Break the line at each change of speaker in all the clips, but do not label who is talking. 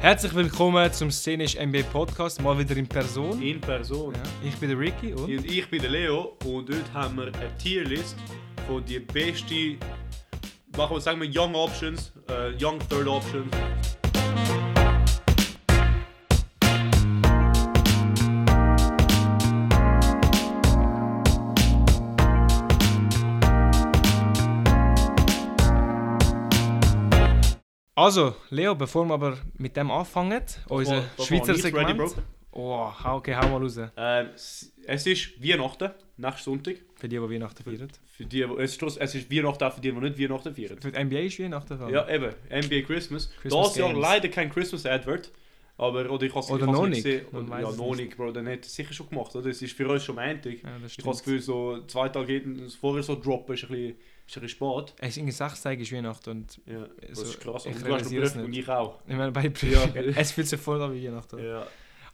Herzlich willkommen zum Szenisch NBA Podcast, mal wieder in Person.
In Person.
Ja, ich bin der Ricky und
Und ich bin der Leo und heute haben wir eine Tierlist von die besten, machen wir sagen wir Young Options, äh, Young Third Options.
Also, Leo, bevor wir aber mit dem anfangen, unser
Bevor- bevor
Schweizer
nicht ready,
Segment.
Bro.
Oh, hau- okay, hau mal raus.
Ähm, s- es ist Weihnachten, nächsten Sonntag.
Für die, die Weihnachten feiern.
Für die, wo- es ist, trotz- es ist Weihnachten auch für die, die nicht Weihnachten feiern.
Für die NBA ist Weihnachten. dran.
Ja, eben, NBA Christmas.
Christmas
das Jahr
Games.
leider kein Christmas Advert. Aber, oder ich habe es
Oder noch nicht. Man
Und,
weiß
ja,
es
noch
nicht.
nicht, Bro. Dann hätte es sicher schon gemacht, oder? Es ist für uns schon Montag.
Ja, das
Ich habe das
stimmt.
Gefühl, so zwei Tage jeden- vorher so droppen ist ein bisschen, ist ein bisschen spät.
Es ist irgendwie sechs Tage ist Weihnachten und
Ja, das
So,
ist krass.
Also, ich
Und du hast
realisiere es
geprüft und
nicht.
ich auch.
ich meine, beide
Ja.
Es fühlt sich voll an wie Weihnachten.
Ja.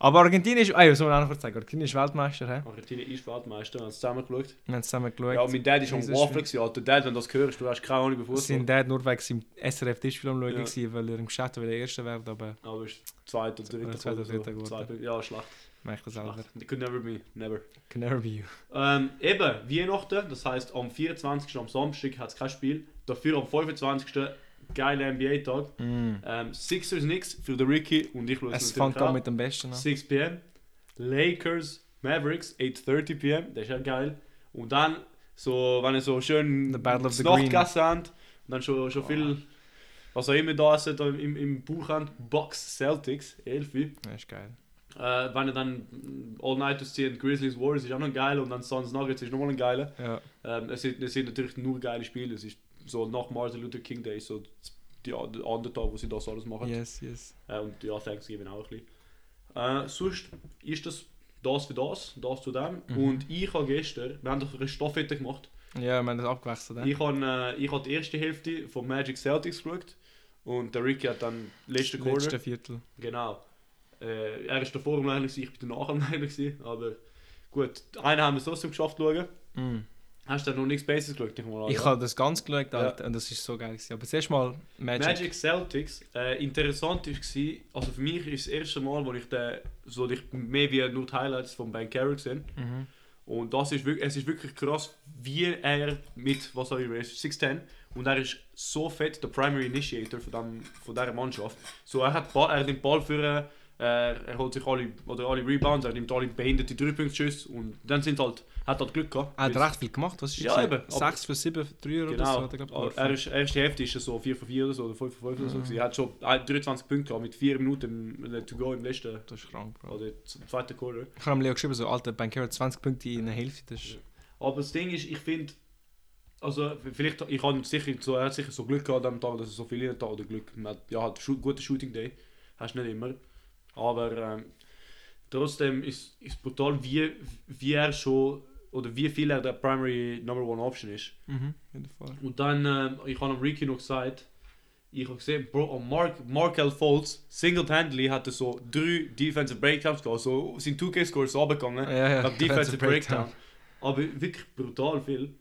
Aber Argentinien ist... Ah ja, das muss man auch noch kurz sagen. Argentinien ist Weltmeister. He?
Argentinien ist Weltmeister, wir haben es zusammen geschaut.
Wir haben zusammen geschaut.
Ja, und mein Dad ist am
Jesus
Waffel, gewesen, Alter. Dad, wenn du das hörst, du hast keine Ahnung über
Sein
Fußball.
Dad nur wegen seinem SRF-Tischspiel am Schauen,
Ja.
gewesen, weil er im Geschäft der Erste werden aber
Aber ist zweiter, dritter,
Oder zweiter, dritter geworden.
Zweiter, ja, schlecht.
merkt das selber.
schlecht. Could never be, never.
Canary View.
Ähm, eben, Weihnachten, das heisst am 24. am Samstag hat es kein Spiel. Dafür am 25. geiler NBA-Tag.
Mm.
Ähm, Sixers nix für den Ricky und ich schaue
Es
natürlich
fängt gerade
auch.
mit dem Besten an.
6 p.m. Lakers, Mavericks, 8.30 p.m. Das ist ja geil. Und dann, so, wenn ihr so schön
The Battle of the Ah.
Nachtgasse habt, und dann schon, schon viel, was auch immer da ist, da im, im Buch habt, Bucks Celtics, 11 Uhr.
Ja, ist geil.
Äh, wenn ihr dann All Night to See und Grizzlies Warriors ist auch noch geil und dann Suns Nuggets ist nochmal ein geiler.
Ja.
Ähm, es, sind, es sind natürlich nur geile Spiele. Es ist so nach Martin Luther King Day, so die, der andere Tag, wo sie das alles machen.
Yes, yes.
Äh, und ja, Thanksgiving auch ein bisschen. Äh, sonst ist das das für das, das zu dem.
Mhm.
Und ich habe gestern, wir haben doch eine Staffette gemacht.
Ja, wir haben das abgewechselt. ne? hä?
Ich habe äh, ich hab die erste Hälfte von Magic Celtics geschaut. Und der Ricky hat dann letzte Quarter.
Letzte Viertel.
Genau. Äh, er war davor am Lernen, ich war danach am Lernen. gewesen, Aber gut, einen haben wir es trotzdem geschafft zu schauen.
Mm.
Hast du dann noch nichts Bases geschaut? nehme mal an,
Ich
ja?
habe das ganz geschaut,
Ja.
Alter, und das ist so geil. Gewesen. Aber zuerst mal Magic.
Magic Celtics, äh, interessant war, also für mich ist das erste Mal, wo ich, den, so, ich mehr wie nur die Highlights von Ben Carrick sehe.
Mhm.
Und das ist wirklich, es ist wirklich krass, wie er mit, was auch immer, er ist 6'10 und er ist so fett der Primary Initiator von, dem, von dieser Mannschaft. So, er, hat Ball, er nimmt Ball für, äh, er holt sich alle, oder alle Rebounds, er nimmt alle beendete Dreipunktschüsse und dann sind halt, hat halt Glück gehabt.
Er hat
Weil-
recht viel gemacht. Was ist
Ja,
das?
eben. Aber-
6 für 7 für 3 oder so.
Genau,
Hat er, glaub,
Aber
geworfen.
er ist, erste Hälfte ist er so 4 von 4 oder so, oder 5 von 5
Mhm.
oder so. gewesen. Er hat schon äh, 23 Punkte gehabt mit 4 Minuten im- to go im letzten,
das ist krank, Bro.
oder z- zweiten Quarter.
Ich habe Leo geschrieben, so, Alter, Banker hat 20 Punkte in der Hälfte. Das ist...
Aber das Ding ist, ich finde, also vielleicht, ich habe sicher, so, er hat sicher so Glück gehabt an dem Tag, dass er so viel in Tag oder Glück man hat. Ja, hat schu guten Shooting Day, hast du nicht immer. Aber ähm, trotzdem ist es brutal, wie, wie er schon, oder wie viel er der Primary Number One Option ist.
Mhm, auf jeden Fall.
Und dann, ähm, ich habe am Ricky noch gesagt, ich habe gesehen, Bro, am Mark, Markel Fultz, single-handedly hat er so drei Defensive Breakdowns gehabt, so sind 2K-Scores so runtergegangen,
Ja, ja,
beim Defensive Breakdown. Aber wirklich brutal viel.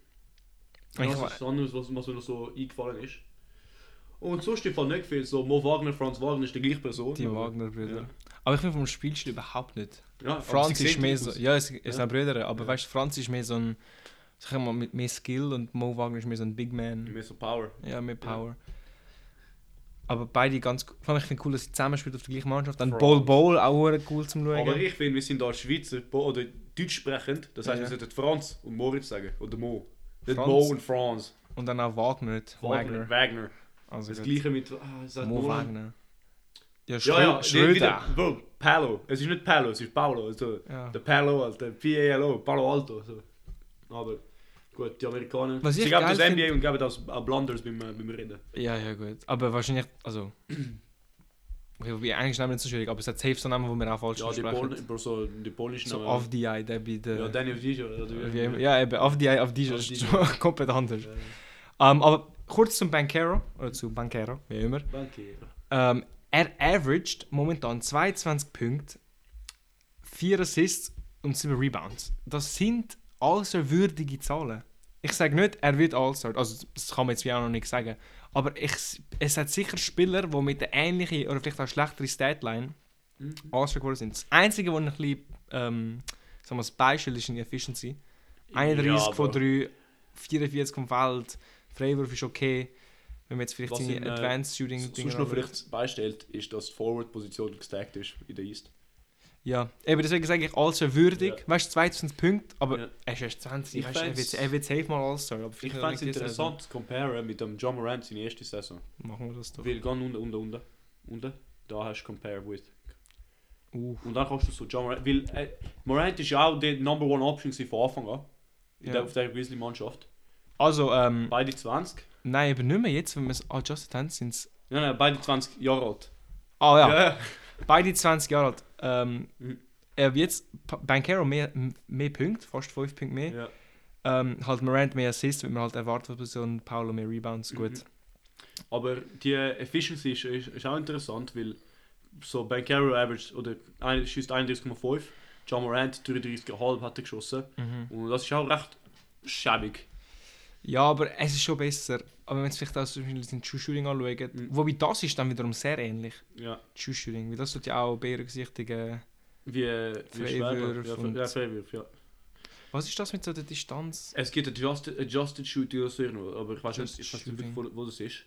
Ich
Das ist
weiß.
das anderes, was, was mir noch so eingefallen ist. Und sonst im Fall nicht viel, so Mo Wagner, Franz Wagner ist die gleiche Person.
Die
aber-
Wagner-Brüder.
Ja.
Aber ich finde vom Spielstil überhaupt nicht.
Ja,
Franz ist mehr so.
Ja.
Ja, es, es
Ja.
sind Brüder, aber
Ja.
weißt du, Franz ist mehr so ein. Sag mal, mit mehr Skill und Mo Wagner ist mehr so ein Big Man.
Mehr so Power.
Ja, mehr Power. Aber beide ganz. Vor allem, ich finde cool, dass sie zusammen spielen auf der gleichen Mannschaft. Dann
Franz.
Ball Ball auch verdammt cool zum Schauen.
Aber ich finde, wir sind da Schweizer Bo- oder Deutsch sprechend. Das heißt,
Ja.
wir sollten Franz und Moritz sagen. Oder Mo. Nicht
Franz.
Mo und Franz.
und dann auch Wagner. nicht
Wagner. Wagner.
Also
Das
gut.
gleiche mit. Ah, sagt
Mo
Mo
Wagner. Ja, Schrö
Ja, ja,
Schröder.
Schröder. Bro, Palo. Es ist nicht Palo, es ist Paolo. Also,
Ja.
Der Palo, Alter. P-A-L-O. Palo Alto. So. Aber gut, die Amerikaner.
Was
sie
ich
geben das
geil
NBA und geben das auch Blunders beim, äh, beim Reden.
ja, ja, gut. Aber wahrscheinlich. Also. Okay, wobei, eigentlich ist es nicht so schwierig, aber es hat safe so Namen, wo wir auch falsch
Ja, die, Pol
sprechen.
Bro, so, die polnischen.
So,
aber-
auf die Eye, der bei der.
ja, Daniel Vision.
Wie immer. Ja, eben, auf die, auf die
Auf
ist
die-
schon komplett anders.
Äh,
Ähm, aber kurz zum Banquero, oder zu Banquero, wie immer.
Danke.
Ähm, er averaged momentan 22 Punkte, 4 Assists und 7 Rebounds. Das sind außerwürdige Zahlen. Ich sage nicht, er wird All-Star. Also, das kann man jetzt wie auch noch nicht sagen. Aber ich, es hat sicher Spieler, die mit der ähnlichen oder vielleicht auch schlechteren Statline
Mhm.
All-Star geworden sind. Das Einzige, was ein bisschen, ähm, sagen wir, das Beispiel ist in Efficiency. 31
Ja,
von
aber
3, 44 vom Feld, Freiwurf ist okay. Wenn man jetzt vielleicht
Was
seine
in, äh,
Advanced
s-
Shooting
Sonst noch vielleicht beistellt, ist, dass die Forward-Position gestackt ist in der East.
Ja, eben deswegen sage ich All-Star würdig.
Ja.
Weißt du, 2000 Punkte, aber
Ja.
er ist erst 20.
Ich
weißt, du, er,
fänd's-
wird, er wird safe mal All-Star. aber
Ich
vielleicht
fände es
nicht diese Saison.
interessant zu comparen mit dem John Morant seine erste Saison.
Machen wir das doch.
Weil ganz unten, unten, unten, unten, da hast du compare with.
Uh,
Und dann kannst du so John Morant, weil äh, Morant ist ja auch die Number One Option gewesen von Anfang an. In
Ja.
der, auf der Grizzly-Mannschaft.
Also, ähm,
Beide 20.
nein, eben nicht mehr jetzt, wenn wir es adjusted haben, sind es.
Nein, nein, beide 20 Jahre alt.
Ah ja,
ja.
beide 20 Jahre alt. Ähm,
Mhm.
Er wird jetzt, Pa- Bankero mehr, m- mehr Punkte, fast 5 Punkte mehr.
ja.
Ähm, halt Morant mehr Assists, weil man halt erwartet von der Position, Paolo mehr
Mhm.
Rebounds, gut.
Aber die Efficiency ist, ist, ist auch interessant, weil so Bankero average oder ein, schießt 31,5, John Morant 33,5 hat er geschossen.
Mhm.
Und das ist auch recht schäbig.
Ja, aber es ist schon besser. Aber wenn wir es vielleicht auch zum Beispiel den Shooting anschauen,
Mhm.
wobei das ist dann wiederum sehr ähnlich.
Ja.
Shooting, weil das tut ja auch berücksichtigen.
Wie, äh, wie
Freiwürfe
schwer.
und-
Ja, Freiwürf, ja.
Was ist das mit so der Distanz?
Es gibt Adjusted, adjusted Shooting oder so, irgendwo, aber ich weiß nicht, ich weiß nicht wirklich, wo, wo das ist.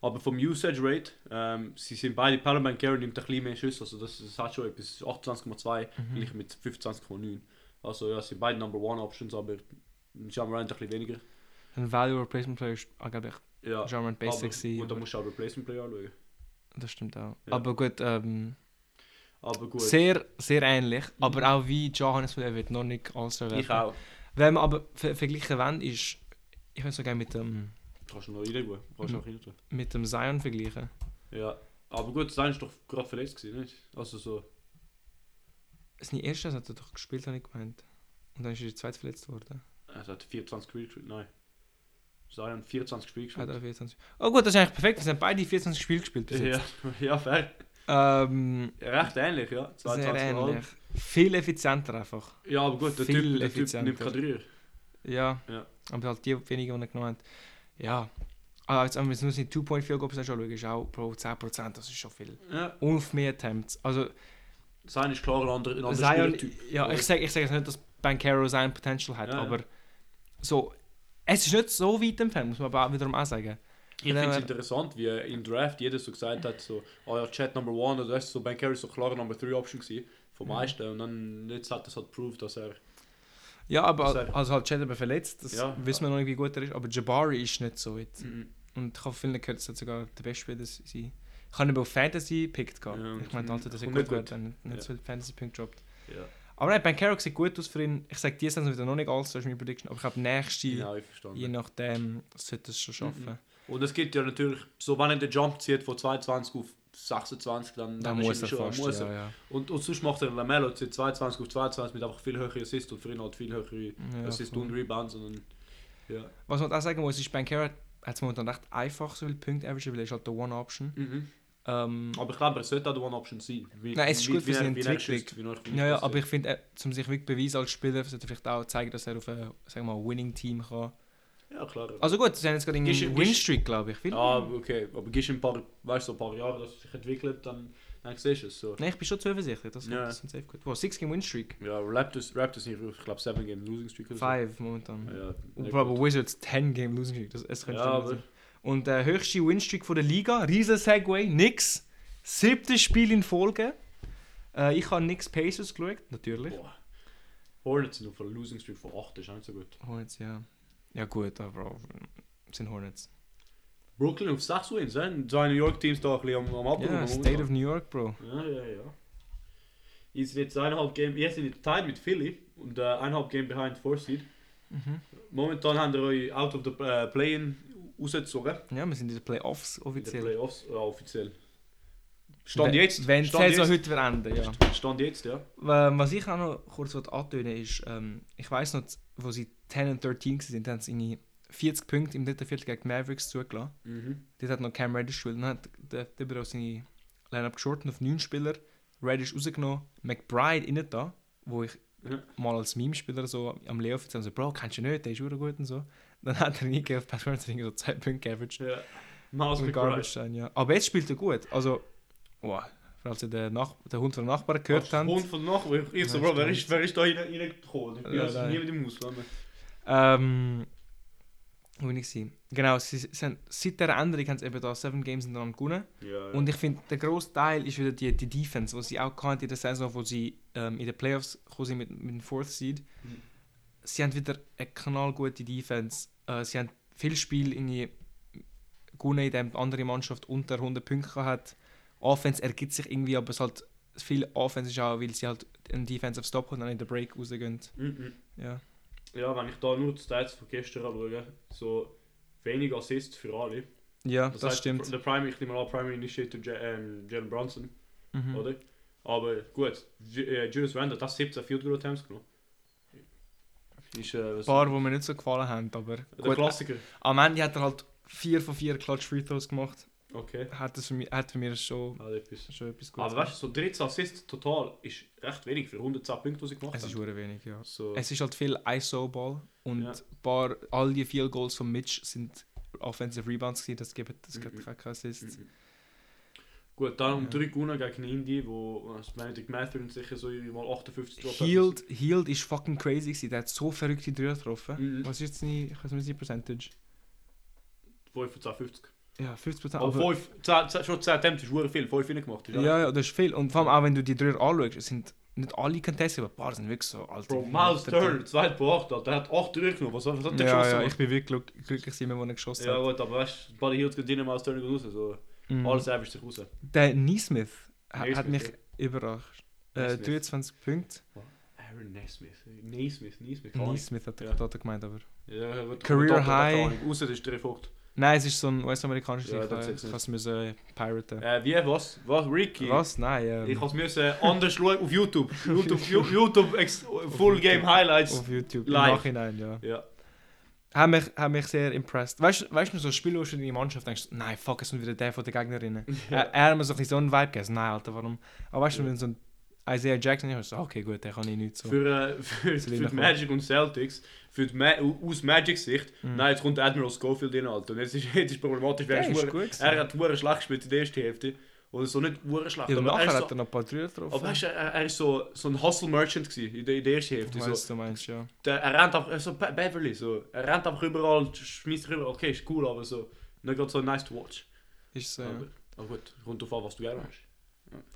Aber vom Usage Rate, ähm, sie sind beide, Paolo Bankero nimmt ein bisschen mehr Schüsse, also das, das hat schon etwas, 28,2
Mhm.
gleich mit 25,9. Also ja, es sind beide Number One Options, aber John Morant ein bisschen weniger.
Ein Value Replacement Player ist ah, angeblich
Ja.
John Morant besser
aber-
gewesen.
Und da
aber-
musst du auch Replacement Player anschauen.
Das stimmt auch.
Ja.
Aber gut, ähm,
Aber gut,
sehr, sehr ähnlich.
Mhm.
Aber auch wie Johannes, er wird noch nicht All-Star
ich
werden.
auch.
Wenn wir aber ver vergleichen wollen, ist, ich würde so gerne mit dem,
Kannst du noch reingehen, kannst
Mhm.
du noch reingehen.
mit dem Zion vergleichen.
Ja. Aber gut, Sein ist doch gerade verletzt gewesen, nicht? Also so,
Seine erste Saison hat er doch gespielt, habe ich gemeint. Und dann ist er zweit verletzt worden.
er hat 24 Spiele gespielt, nein. Sein 24 Spiele
Hat
gespielt.
er 24. Oh gut, das ist eigentlich perfekt. Wir haben beide 24 Spiele gespielt bis jetzt.
Ja, ja, fair.
Ähm,
Recht ähnlich, ja.
sehr
22,5.
ähnlich. Viel effizienter einfach.
Ja, aber gut, der
Viel
Typ, der typ
effizienter.
nimmt keine Dreier.
Ja.
Ja.
Aber halt die wenigen, die er genommen hat. Ja. Ah, jetzt, wenn wir jetzt nur seine 2.4 Goals anschauen, ist auch pro 10%, das ist schon viel.
Ja,
Und auf mehr Attempts. Also,
sein ist klar ein anderer, ein anderer
Zion,
Spielertyp.
ja, ich sage ich sag jetzt nicht, dass Bankero sein Potential hat,
Ja, ja.
aber so, es ist nicht so weit entfernt, muss man aber auch wiederum auch sagen.
Ich
Wenn
finde es
er-
interessant, wie im Draft jeder so gesagt hat, so, oh ja, Chat Number One oder weißt du, so, Ben Carey ist so klar Number Three Option gewesen, vom
Mhm.
meisten. Und dann jetzt hat das halt proved, dass er,
Ja, aber
Sehr.
also halt Chad eben verletzt, das
Ja.
wissen wir noch nicht, wie gut er ist, aber Jabari ist nicht so weit.
Mhm.
Und ich habe vielen gehört, dass er sogar der beste Spieler sein Ich habe ihn auf Fantasy gepickt. gehabt.
Ja,
ich meine, Alter, dass er
kommt nicht
gut wird,
gut.
wenn er nicht
Ja.
so viele Fantasy-Punkte droppt.
ja,
Aber nein, Ben Carroll sieht gut aus für ihn. Ich sage, die sind wieder noch nicht alles, das ist meine Prediction. Aber ich glaube, nächste,
genau, ich
je
verstanden.
nachdem, sollte es schon schaffen.
Mhm. Und es gibt ja natürlich, so wenn er den Jump zieht von 22 auf 26, dann,
Da
dann ist
muss er
schon-
fast,
muss
ja,
er.
ja.
Und, und sonst macht er Lamello zu 22 auf 22 mit einfach viel höheren Assists und für ihn halt viel höhere
ja
Assists
voll.
und Rebounds. Und dann, ja.
Was man auch sagen muss, ist, Ben Carroll hat es momentan recht einfach, so viele Punkte average, weil er ist halt der One-Option.
Mhm.
Ähm,
Aber ich glaube, er sollte auch die One-Option sein. Wie,
Nein, es ist
wie-
gut für
wie er-
seine
wie er
Entwicklung.
schießt, wie er-
ja, ja, aber ich finde, äh, um sich wirklich beweisen als Spieler, sollte er vielleicht auch zeigen, dass er auf ein sagen wir mal, Winning-Team kann.
Ja, klar.
Also gut, sie haben jetzt gerade
Ist-
einen
ist-
Winstreak, glaube ich. Viel-
Ah, okay. Aber gibst ihm ein paar, weißt, du, ein paar Jahre, dass es sich entwickelt, dann, dann siehst du es so.
Nein, ich bin schon zuversichtlich, das,
Ja.
das sind safe gut. Wow, 6 Game Winstreak.
Ja, Raptors, Raptors nicht, ich glaube, 7 Game Losing Streak oder so.
5 momentan.
Ja,
Und
nicht
Bro, aber
gut.
Wizards 10 Game Losing Streak, das, das könnte
Ja,
schon
aber-
sein. Und der höchste Winstreak von der Liga, riesen Segway, nix. Siebtes Spiel in Folge. Äh, ich habe nix Pacers geschaut, natürlich.
Boah. Hornets sind auf einer Losing Streak von 8, das ist auch nicht so gut.
Hornets, ja. Ja gut, aber Bro, sind Hornets.
Brooklyn auf 6 Wins, eh? Zwei New York Teams da ein bisschen am, am
Ja,
Abrunden.
State of New York, Bro.
Ja, ja, ja. Ihr sind jetzt eineinhalb Game, ihr seid jetzt tied mit Philly und äh, eineinhalb Game behind Four Seed.
Mhm.
Momentan haben ihr euch out of the äh, Play-In rausgezogen.
Ja, wir sind in den Playoffs
In den
offiziell.
Playoffs, ja, offiziell. Stand jetzt.
Wenn die
Stand
Saison
jetzt.
heute wird enden, ja.
Stand jetzt, ja.
Ähm, was ich auch noch kurz wollte antönen ist, ähm, ich weiß noch, wo sie 10 und 13 waren, haben sie irgendwie 40 Punkte im dritten Viertel gegen die Mavericks zugelassen.
Mhm.
Dort hat noch Cam Reddish gespielt. Dann hat der Dibber auch seine Line-Up geschorten auf 9 Spieler. Reddish rausgenommen, McBride innen da, wo ich
Ja.
mal als Meme-Spieler so am Layoff jetzt haben so, Bro, kennst du nicht, der ist verdammt gut und so. Dann hat er eingegeben auf Pass Runners so 2 Punkte Average.
Ja. Miles
Und
McBride.
Garbage Time, ja. Aber jetzt spielt er gut. Also, wow. Falls ihr den, Nach den Hund von den Nachbarn gehört habt.
Und von nach, ich so,
Ja,
Bro, wer
stimmt.
ist, wer ist da rein- reingekommen? Ich bin
Ja,
also
nein.
niemand im Ausland. mehr.
Ähm, wo bin ich gewesen? Genau, sie, sie haben, seit dieser Änderung haben sie eben da 7 Games hintereinander gewonnen.
Ja, ja.
Und ich finde, der grosse Teil ist wieder die, die Defense, die sie auch hatten in der Saison, wo sie ähm, in den Playoffs gekommen sind mit, mit dem Fourth Seed.
Mhm.
Sie haben wieder eine knallgute Defense. Äh, sie haben viel Spiel in die gewonnen, in dem die andere Mannschaft unter 100 Punkte hat. Offense ergibt sich irgendwie, aber es halt viel Offense ist auch, weil sie halt einen Defensive Stop und dann in den Break rausgehen.
Mhm.
Ja.
Ja, wenn ich da nur die Stats von gestern anschaue, so wenig Assists für alle.
Ja, das,
heisst,
stimmt.
Der Primary, ich nehme an, Primary Initiator Ja- ähm, Jalen Brunson,
Mhm.
oder? Aber gut, Ju- äh, Julius Randle, das 17 Field Goal genau. Attempts genommen. Ist äh,
Ein
was,
paar, die mir nicht so gefallen haben, aber
der
gut.
Klassiker.
Am Ende hat er halt 4 von 4 Clutch Free Throws gemacht.
Okay.
Hat, das für mich, hat für mich schon,
Ah, etwas.
schon etwas Gutes
Aber weißt du, so 13 Assists total ist recht wenig für 110 Punkte, die sie gemacht
Es ist
haben.
hure wenig, ja.
So,
Es ist halt viel ISO-Ball und
Ja.
ein paar, all die vier Goals von Mitch sind Offensive Rebounds gewesen, das gibt das gibt
Mhm.
keine Assists.
Mhm. Gut, dann um
Ja. 3
3 gewonnen gegen Indy, wo äh, Benedict Mathurin sicher so ihre mal 58 Drop
Healed, Healed ist fucking crazy gewesen, der hat so verrückte Dreier getroffen.
Mhm.
Was ist jetzt nicht, ich weiß nicht, die Percentage?
5 von 10, 50.
Ja, 50%.
Aber
aber,
5, 10, 10, schon 10 Attempts ist verdammt viel, 5 reingemacht. ist
ja, ja, das ist viel. Und vor allem auch, wenn du die Dreier anschaust, es sind nicht alle Contested, aber ein paar sind wirklich so alt.
Bro, Miles Turner, 2 von 8, Alter, der hat 8 durchgenommen, was, was hat der
Ja,
geschossen?
ja,
Mann?
ich bin wirklich glück- glücklich, gewesen, wenn er geschossen
ja
hat.
gut, aber weißt du, Buddy Hills geht rein, Miles Turner geht raus, so.
Mhm.
alles average sich raus.
Der Neesmith ha- hat
Neesmith,
mich
ja.
überrascht. Äh,
Neesmith.
23 Punkte.
Aaron Naismith, Naismith, Naismith, keine Ahnung.
Neesmith hat er
Ja.
hat er gemeint, aber.
Ja, wird-
Career
wird doppelt,
High.
keine Ahnung. Raus, das ist 3 Vogt.
Nein, es ist so ein US-amerikanisches
Ja,
Lied,
das
äh,
ist
Ich
nicht.
kann es müssen äh, piraten.
Äh, wie, was? Was, Ricky?
Was? Nein, ähm,
Ich hab's müssen äh, anders schauen auf YouTube. YouTube, Ju- YouTube ex, Full Game Highlights.
auf YouTube.
live.
Im Nachhinein, ja.
Ja,
Haben mich, haben mich sehr impressed. Weißt du, weißt du, so ein Spiel, wo du in die Mannschaft denkst, nein, fuck, es sind wieder der von den Gegnerinnen. Äh, er hat mir so ein bisschen so einen Vibe gegeben. Nein, Alter, warum? Aber weißt du,
Ja.
wenn so ein Isaiah Jackson ist, so, okay, gut, der kann ich nicht so.
für, äh, für,
Sie
für
liegen
die Magic und Celtics, für die Ma aus Magic-Sicht.
Mhm.
Nein, jetzt kommt Admiral Schofield rein, Alter. Und jetzt ist, jetzt ist problematisch,
der
wer ist
ist
hure-
gut. gewesen.
Er hat hure schlecht gespielt in der ersten Hälfte. Oder so nicht hure schlecht.
ja, und
aber
nachher
er ist
hat
so,
er noch ein paar Dreier getroffen.
aber weißt, du, er, er er ist so, so ein Hustle-Merchant gewesen in der, in der ersten
ich
Hälfte.
weiss,
So,
du meinst, ja.
der, er rennt einfach, so Be- Beverly, so. Er rennt einfach überall, schmeißt rüber. Okay, ist cool, aber so. Nicht gerade so nice to watch. Oh,
Ist so, ja.
Aber, aber gut, kommt drauf an, was du gerne hast.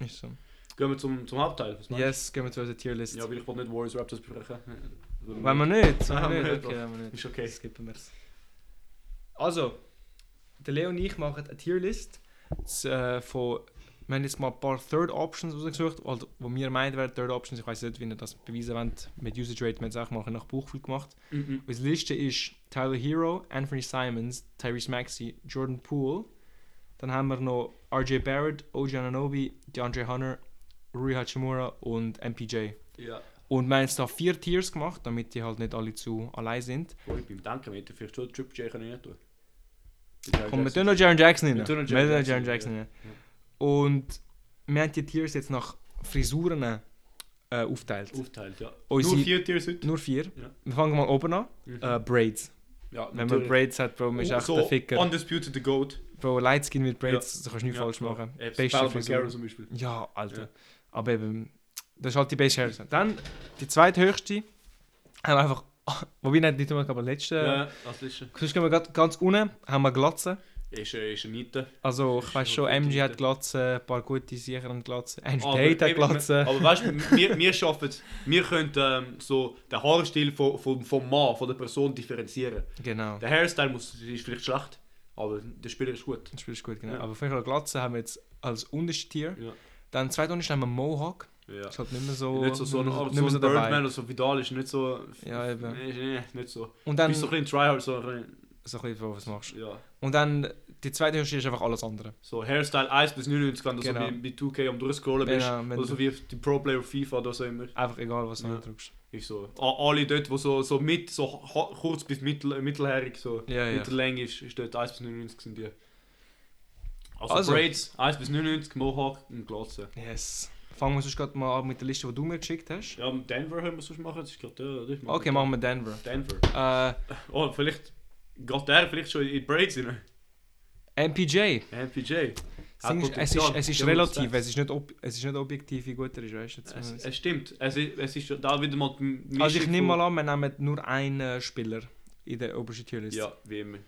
Ist so.
Gehen wir zum, zum Hauptteil. Was meinst
Yes, gehen wir zu unserer
du?
Tierlist.
Ja, weil ich wollte nicht Warriors Raptors besprechen.
Wollen wir nicht? Wollen
Ah,
wir
haben wir
nicht?
nicht,
Okay,
doch.
haben wir nicht.
Ist okay.
Skippen wir es. Also, der Leo und ich machen eine Tierlist das, äh, von... Wir haben jetzt mal ein paar Third Options rausgesucht, also, wo wir meinen, wären Third Options. Ich weiß nicht, wie ihr das beweisen wollt. Mit Usage Rate, wir haben es auch mal nach Buchgefühl gemacht.
Mhm.
Unsere Liste ist Tyler Hero, Anthony Simons, Tyrese Maxey, Jordan Poole. Dann haben wir noch RJ Barrett, OG Ananobi, DeAndre Hunter, Rui Hachimura und MPJ.
Ja.
Und wir haben jetzt da vier Tiers gemacht, damit die halt nicht alle zu allein sind.
Oh, ich bin danken, wir hätten vielleicht schon Triple J können rein tun.
Komm, wir tun noch Jaron Jackson rein. Wir
Wir tun
tun
noch
noch
Jaren
Jaron Jackson
Jackson
rein. Und wir haben die Tiers jetzt nach Frisuren äh, aufteilt.
Aufteilt, ja.
Unsere-
Nur vier Tiers heute.
Nur vier.
Ja.
Wir fangen mal oben an.
Mhm.
Äh, Braids.
ja, Oh,
Wenn man Braids hat, Bro, man ist echt
so,
der Ficker.
Undisputed the Goat.
Bro, Lightskin mit Braids,
Ja.
da kannst du nichts
Ja,
falsch
klar.
machen.
Äh,
Beste
Spell von Carroll
Frisur.
zum Beispiel.
Ja, Alter.
Ja.
Aber eben, das ist halt die beste Hairstyle. Dann die zweithöchste. Haben wir einfach, wobei nicht, nicht einmal, aber letzte.
Ja, das ist er.
Sonst gehen wir grad- ganz unten, haben wir Glatze.
Ist er ist er Niete.
Also ich
Ist
weiß
schon
schon,
gut
MG hat
dort.
Glatze, ein paar gute sicher haben Glatze. Andrew
Aber
Tate hat
eben, wir-
Glatze.
Aber weißt du, wir, wir schaffen es. Wir können ähm, so den Haarstil vom, vom, vom Mann, von der Person differenzieren.
Genau.
Der Hairstyle muss, ist vielleicht schlecht, aber der Spieler ist gut.
Das Spiel ist gut, genau.
Ja.
Aber auf jeden Fall Glatze haben wir jetzt als unterste Tier.
Ja.
Dann zweit unterste haben wir Mohawk.
Ja.
Das ist halt nicht mehr so,
nicht so, so,
nicht
ein
mehr
Art-
nicht
so
mehr so
ein
dabei.
Birdman oder so Vidal ist nicht so.
Ja, eben.
Nee, nee, nicht so.
Und
Du
dann,
bist so
so
ein bisschen Tryhard, so ein bisschen,
ein bisschen, was machst du.
ja.
Und dann, die zweite Hürste ist einfach alles andere.
So Hairstyle 1 bis 99, wenn du
Genau.
so bei, bei 2K am durchscrollen bist.
Genau, wenn
oder so
du-
Also wie die Pro Player FIFA oder so immer.
Einfach egal, was du
Ja.
drückst.
Ist so. A- Alle dort, wo so, so mit, so ho- kurz bis mittel, mittelhärig, so
Ja, ja.
mittellänge ist, ist dort 1 bis 99 sind die. Also,
Also.
Braids, 1 bis 99, Mohawk und Glatze.
Yes. Fangen wir sonst gerade mal an mit der Liste, die du mir geschickt hast.
Ja, Denver können wir sonst machen, das ist gerade der, oder? Ich mache
Okay, machen wir Denver.
Denver.
Äh,
Oh, vielleicht Geht der vielleicht schon in die Braids rein?
MPJ.
MPJ. Hat
Sing- Es ist,
Potenzial.
es ist
Ja,
relativ,
Respekt.
es ist nicht, ob, es ist nicht objektiv, wie gut er ist, weißt du? jetzt muss
Es,
man
es stimmt. Es ist, es ist da wieder mal die
sagen.
Mischung
Also ich nehme
von-
mal an, wir nehmen nur einen Spieler in der obersten Tierliste.
Ja, wie immer.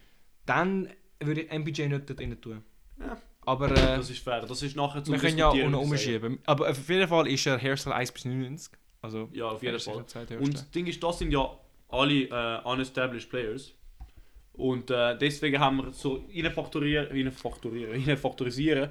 Dann würde ich MPJ nicht dort rein tun.
Ja.
Aber äh,
Das ist fair. Das ist nachher zum
wir können ja
Diskutieren,
unten
würde ich sagen.
umschieben. Aber auf jeden Fall ist er Hairstyle 1 bis 99. Also
Ja, auf jeden Fall. Und
Und
das Ding ist, das sind ja alle äh, unestablished Players. Und äh, deswegen haben wir so reinfaktorieren, reinfaktorieren, reinfaktorisieren,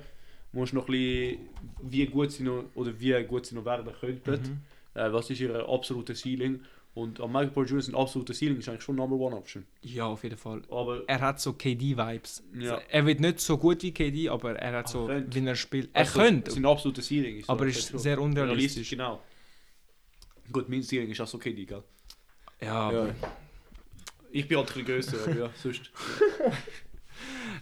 musst noch ein bisschen, wie gut sie noch, oder wie gut sie noch werden
Mhm.
könnten. Äh, was ist ihr absolutes Ceiling? Und am Michael Paul Jr. ein absolutes Ceiling ist eigentlich schon Number One Option.
ja, auf jeden Fall.
Aber
Er hat so KD-Vibes.
Ja.
Also, er wird nicht so gut wie KD, aber er hat
Er
so,
könnte.
wie er spielt. Er
also,
könnte.
Sein absolutes Ceiling ist.
Aber
er
ist
könnte schon.
sehr unrealistisch.
Genau. Gut, mein Ceiling ist auch so okay, die, gell?
Ja,
Ja.
aber-
Ich bin halt ein bisschen grösser, aber ja, sonst.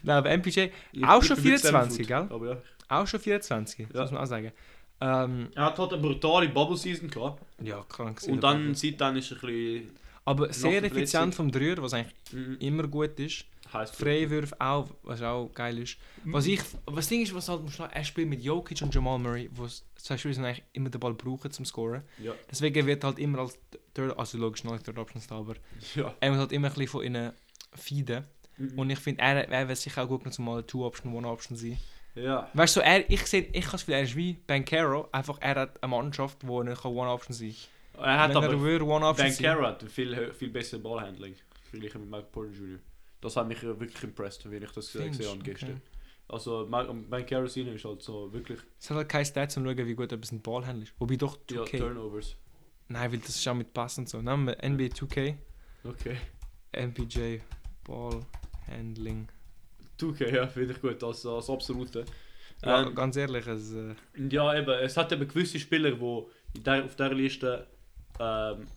Nein, aber MPJ,
Ich-
Auch
ich
schon
bin wirklich
24,
Seven Foot,
gell?
Aber ja.
auch schon 24, das
Ja.
muss man auch sagen. Ähm,
Er hat halt eine brutale Bubble-Season gehabt.
ja, krank.
Und dann, seitdem ist er ein
aber sehr
der
effizient vom Dreier, was eigentlich
bisschen...
immer gut ist.
mm, Heißt
Freiwürfe auch, was auch geil ist. Was ich, was das Ding ist, was halt musst du noch- er spielt mit Jokic und Jamal Murray, wo es- zwei Spieler sind eigentlich immer den Ball brauchen zum Scoren.
Ja.
Deswegen wird halt immer als Third, also logisch noch nicht Third Option Star, aber
ja. Mm,
er muss halt immer ein bisschen von ihnen feeden.
Mhm.
Und ich finde, er, er wird sicher auch gut genug, um mal eine Two Option, One Option zu sein.
mm. Ja.
Weißt du, so, er, ich sehe, ich kann es er ist wie Bankero, einfach er hat eine Mannschaft, die nicht One Option sein kann.
Er hat
Wenn er
aber...
würde One Option
Dan
sein.
Carrot, viel, hö- viel besser Ballhandling. Verglichen mit Mike Porter Jr. Das hat mich äh, wirklich impressed, wie ich das äh,
Findest
gesehen habe
du?
gestern. Also, mein Carrot Scene ist halt so wirklich...
Es hat halt keine Stats, um zu schauen, wie gut etwas ein Ballhändler ist. Wobei doch
Ja,
2K.
Turnovers.
Nein, weil das ist auch mit Pass und so. Nehmen wir NBA 2K.
Okay.
MPJ Ball Handling.
2K, ja, finde ich gut, als, als absolute.
Ja,
Ähm,
ganz ehrlich, es, äh,
Und Ja, eben, es hat eben gewisse Spieler, die in der, auf dieser Liste ähm,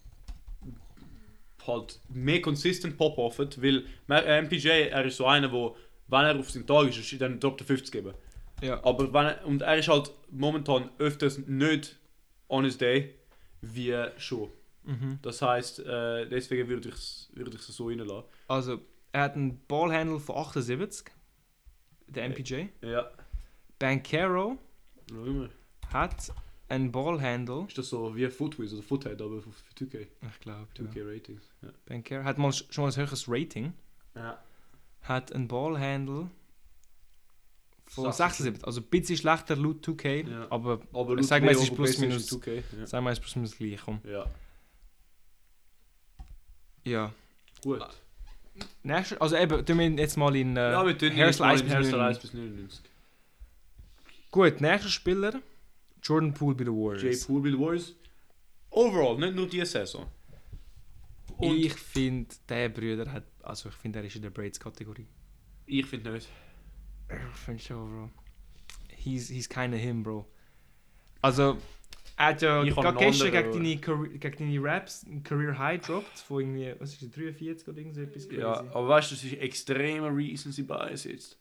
halt mehr consistent pop-offen, weil Ma- äh, MPJ, er ist so einer, der, wenn er auf seinen Tag ist, ist, dann droppt er 50 geben.
ja.
Aber wenn er, und er ist halt momentan öfters nicht on his day, wie schon.
Mhm.
Das heisst, äh, deswegen würde ich es würde ich's so reinlassen.
Also, er hat einen Ballhandle von 78.
Äh.
Der MPJ.
Ja,
Bankero
noch immer.
hat einen Ballhandle.
Ist das so wie Footwiz oder Foothead, aber für für 2K.
Ich glaube, ja.
2K Ratings. Ja.
Bankero hat mal, sch- schon mal ein höheres Rating.
ja.
Hat einen Ballhandle von
76.
76. Also, ein bisschen schlechter laut 2K,
Ja.
aber
Aber
Ich sag mal, es
Playoff
ist plus
besser
minus-
2K. Ja.
sagen wir, es ist plus minus gleich. Komm.
Ja,
Ja.
gut.
Nächste, also, eben, tun wir ihn jetzt mal in äh,
ja, wir tun
Hair Slice
Hairstyle
bis 99.
bis 99.
Gut, nächster Spieler. Jordan Poole bei den
Jay
Warriors.
Poole bei den Warriors. Overall, nicht nur diese Saison. Und ich,
ich finde, der Brüder hat. Also, ich finde, er ist in der Braids-Kategorie.
ich finde nicht.
Ich finde schon, Bro. He's, he's kinda him, Bro. Also, er hat ja
Ich hab
gerade
einen
gestern gegen
anderen-
deine, Career- gegen deine Raps einen Career High gedroppt. Von irgendwie, was ist das, 43 oder irgend so etwas crazy.
Ja, aber weißt du, das ist extremer Recency Bias jetzt.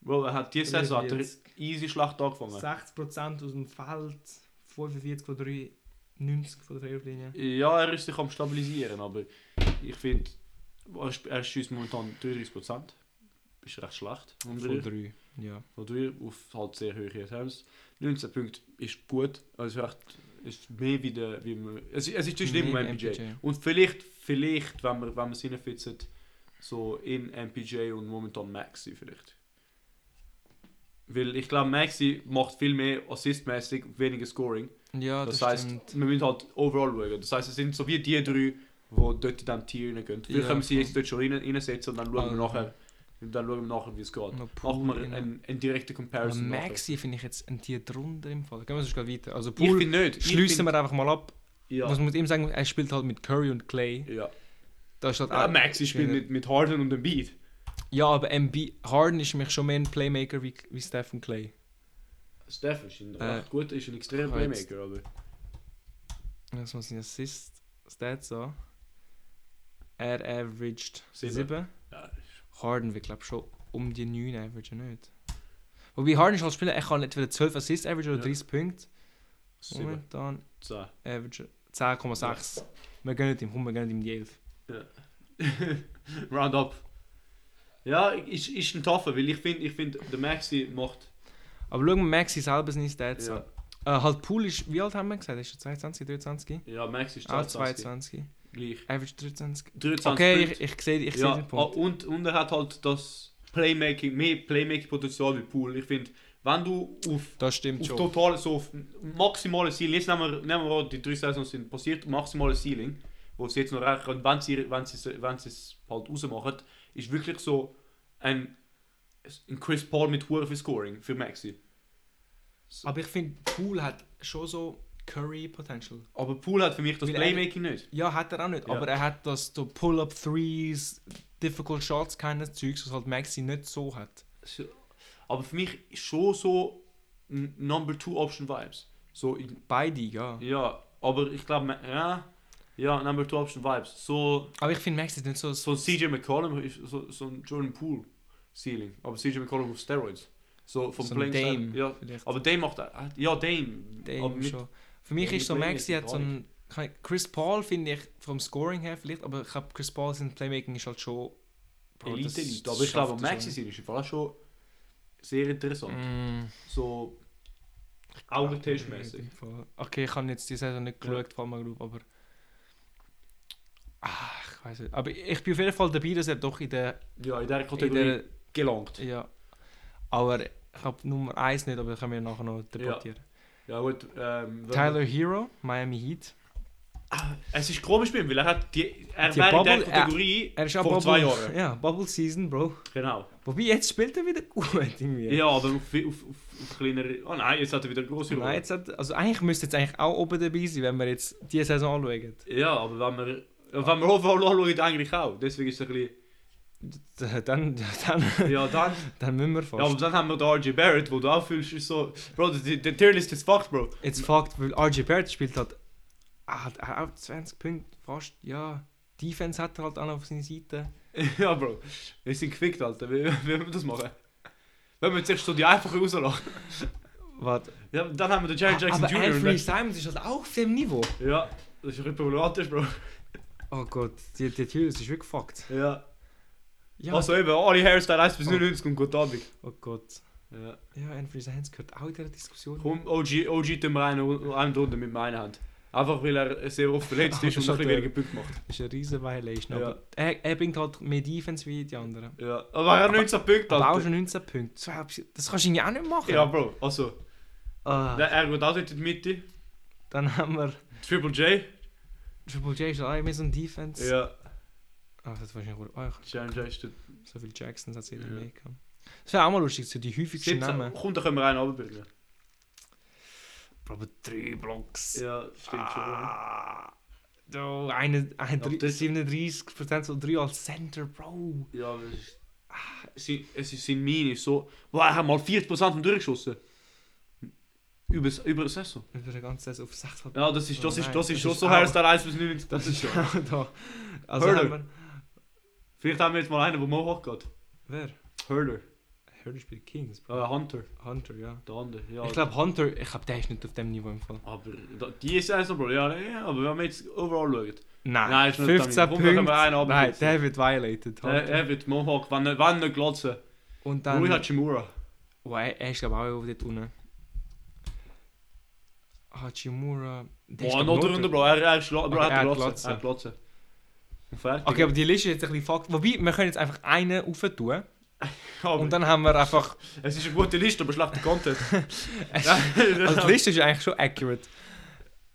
Bro, er hat diese Saison hat er
43.
easy Schlacht angefangen.
60% aus dem Feld, 45 von 3, 90 von der Dreierlinie.
Ja, er ist sich am Stabilisieren, aber ich finde, er sp- er schießt momentan 33%. Ist recht schlecht. vom Dreier.
3, ja.
Natürlich, auf halt sehr hohe Attempts. 19 Punkte ist gut, also echt, ist mehr wie der, wie man, es, ist- es ist zwischen dem und
Mehr wie
MPJ.
MPJ.
Und vielleicht, vielleicht, wenn man, wenn man es reinfitzen, so in MPJ und momentan Maxi vielleicht. Weil ich glaube, Maxi macht viel mehr assistmäßig, weniger Scoring.
Ja, das,
das heisst,
stimmt.
wir müssen halt overall schauen. Das heisst, es sind so wie die drei, die dort in diesem Tier rein gehen. Vielleicht
Ja,
können wir sie
voll.
jetzt dort schon rein, reinsetzen und dann schauen wir
Also.
nachher, dann schauen wir nachher, wie es geht.
Noch
Machen wir
Poole rein.
einen, einen direkten
genau. Aber
Comparison.
Maxi finde ich jetzt ein Tier drunter im Fall. Gehen wir sonst gleich weiter. Also
Ich
Poole
bin nicht. Ich
schliessen
bin-
wir einfach mal ab.
Ja.
Was man muss ihm sagen, er spielt halt mit Curry und Clay.
ja.
Da ist halt
Ah,
auch-
Maxi spielt mit, mit Harden und Embiid.
Ja, aber MB Harden ist für mich schon mehr ein Playmaker wie, wie Steph und Clay.
Steph ist ein
Äh,
recht gut, ist ein extremer
aber jetzt-
Playmaker, aber
Jetzt muss ich Assist Stats an. Er averaged
Sieben.
7.
Ja,
Harden wird glaube schon um die 9 averagen nicht. Wobei Harden ist als Spieler, er kann entweder 12 Assists averagen oder
Ja.
30 Punkte.
7,
Momentan
10.
average 10,6. Wir gönnen ihm, komm, wir gönnen ihm die 11.
Round up. Ja, ist, ist ein tougher, weil ich finde, ich find, der Maxi macht.
Aber schauen wir Maxi selber seine Stats
Ja,
an. Äh, halt Pool ist, wie alt haben wir gesagt? Ist er 22, 23?
ja Maxi ist
Ah,
22.
22.
Gleich.
Average 23.
23
Okay,
Punkte.
ich, ich sehe ich sehe
ja,
den
ah,
Punkt.
und, und er hat halt das Playmaking, mehr Playmaking-Potenzial wie Pool. Ich finde, wenn du auf,
Das stimmt
auf
schon.
total, so auf maximale Ceiling, jetzt nehmen wir, nehmen wir an, die drei Saisons sind passiert, maximale Ceiling, wo sie jetzt noch reichen können, wenn sie, wenn sie, wenn sie es halt rausmachen, ist wirklich so ein, ein Chris Paul mit hoher für Scoring für Maxi.
Aber ich finde, Pool hat schon so Curry-Potential.
Aber Pool hat für mich das
Weil er-
Playmaking nicht.
Ja, hat er auch nicht.
Ja.
Aber er hat das so Pull-Up-Threes, Difficult Shots, keines Zeugs, was halt Maxi nicht so hat.
So- Aber für mich schon so n- Number Two Option Vibes. So in,
Beide, ja.
Ja, aber ich glaube, ja, ja, Number Two Option Vibes. So,
Aber ich finde Maxi ist nicht so...
so ein CJ McCollum ist so, so ein Jordan Poole Ceiling. Aber CJ McCollum auf Steroids. So vom
So ein
Playing
Dame
Style. Ja,
vielleicht.
aber Dame macht äh, ja Dame. aber
Dame
mit,
schon. Für mich
mit
ist so
Playmaking
Maxi hat so
gar
ein... kein- Chris Paul finde ich vom Scoring her vielleicht, aber ich glaube Chris Paul sein Playmaking ist halt schon... Bro, das-
Elite Elite.
das
Aber ich glaube,
schafft er
Maxi
schon.
Ceiling ist im Fall auch schon sehr interessant.
Mm.
So
Ja, in
augentestmäßig.
dem Fall. Okay, ich habe jetzt die Saison nicht geschaut, vor allem Group, aber. Ah, ich weiß nicht. Aber ich bin auf jeden Fall dabei, dass er doch in der.
Ja, in dieser
In
Kategorie
der
gelangt.
ja. Aber ich habe Nummer 1 nicht, aber das können wir nachher noch debattieren.
Ja gut, ähm, wenn-
Tyler Hero, Miami Heat.
Es ist komisch mit ihm, weil er hat die, er
Die
wäre in
Bubble-
dieser Kategorie
Er ist auch
vor
Bubble,
zwei Jahren.
Ja, Bubble Season, Bro.
Genau.
Wobei, jetzt spielt er wieder gut irgendwie.
Ja, aber auf, auf, auf, auf kleiner. Oh nein, jetzt hat er wieder eine große
Nein,
Rolle.
jetzt hat, also eigentlich müsste jetzt eigentlich auch oben dabei sein, wenn wir jetzt die Saison anschauen.
Ja, aber wenn wir. ja, Wenn wir overall anschauen, eigentlich auch. Deswegen ist es ein bisschen.
D- Dann, dann,
Ja, dann.
dann müssen wir
ja, aber
fast.
dann haben wir den RJ Barrett, wo du auch fühlst, ist so. Bro, die, die Tierlist ist fucked, Bro.
Jetzt fragt, weil RJ Barrett spielt hat, ah, hat er auch 20 Punkte fast, ja. Defense hat er halt auch noch auf seiner Seite.
ja, Bro. Wir sind gefickt, Alter. Wie, wie wollen wir das machen? Wenn wir jetzt erst so die einfache rauslachen.
Warte.
Ja, dann haben wir den Jerry Jackson
Ah,
ne?
Aber
Jr. und
Anthony Simons ist halt auch auf dem Niveau.
dann- Ja, das ist ein bisschen problematisch, Bro.
Oh Gott, die, die Tür ist wirklich fucked.
Ja.
Ja.
Also eben, alle Hairstyle 1 bis
Oh.
99 und guten Abend.
Oh Gott.
Ja.
Ja, Anthony Simons gehört auch in dieser Diskussion.
Komm, OG, OG tun wir einen, einen drunter mit meiner Hand. Einfach weil er sehr oft verletzt ist und ein bisschen weniger Punkte macht.
Das ist eine riesen Violation.
Ja.
Aber er, er bringt halt mehr Defense wie die anderen.
Ja. Aber er hat 19 Punkte,
Aber auch
Alter.
schon 19 Punkte. So, Das kannst du irgendwie auch nicht machen.
Halt Ja, Bro, also.
Ah,
Der, er geht auch dort in die Mitte.
dann haben wir
Triple J.
Triple J ist auch immer so ein Defense.
Ja.
Ah, das ist wahrscheinlich gut. Oh, ich
Challenge ist dort.
So viel Jacksons hat es jeder
Ja.
mehr gehabt. Das wäre auch mal lustig, so die häufigsten
17.
Namen.
Komm, da können wir einen runterbringen. Oh,
Aber drei Blocks.
Ja, stimmt schon.
ah, schon. Eine, eine,
Ja,
drei-
das-
37% und 3 als Center, Bro.
Ja, aber es ist. Sie- Es ist sein Mini ist so. Wow, er hat mal 40% durchgeschossen. Über, über eine Saison.
Über die ganze Saison auf 6
Ja, das ist, das
Oh
ist,
nein,
das
das
ist schon
ist
so
auch-
Hairstyle 1 bis 99.
Das ist auch da. Also
Hurler.
haben wir...
Vielleicht haben wir jetzt mal einen, der mal hochgeht.
Wer?
Hurler.
Hurler spielt Kings,
Äh,
Bro.
Hunter.
Hunter, ja.
Der andere, ja.
Ich glaube Hunter, ich glaube der ist nicht auf dem Niveau im Fall.
Aber da, die ist also, Bro, ja, ja, aber wenn wir jetzt overall schauen.
Nein,
Nein, ist nicht
15
damit. Komm, dann können
Punkte.
wir einen
Nein,
abkürzen.
der wird violated.
Er,
Hunter.
er wird Mohawk, wenn er, wenn er glotzen.
Und dann...
Rui Hachimura.
Oh, er, er ist glaube auch irgendwo dort unten. Hachimura. der ist,
Boah,
glaub,
noch
Nord-
drunter, Bro. Er, er, ist, glo-
Aber
bro, er
er
hat
hat
glotzen. Er hat glotzen. Und fertig.
Okay, aber die Liste ist jetzt ein bisschen fucked. Wobei, wir können jetzt einfach einen rauf tun.
aber
Und dann haben wir einfach.
es ist eine gute Liste, aber schlechter Content.
Also die Liste ist eigentlich schon accurate.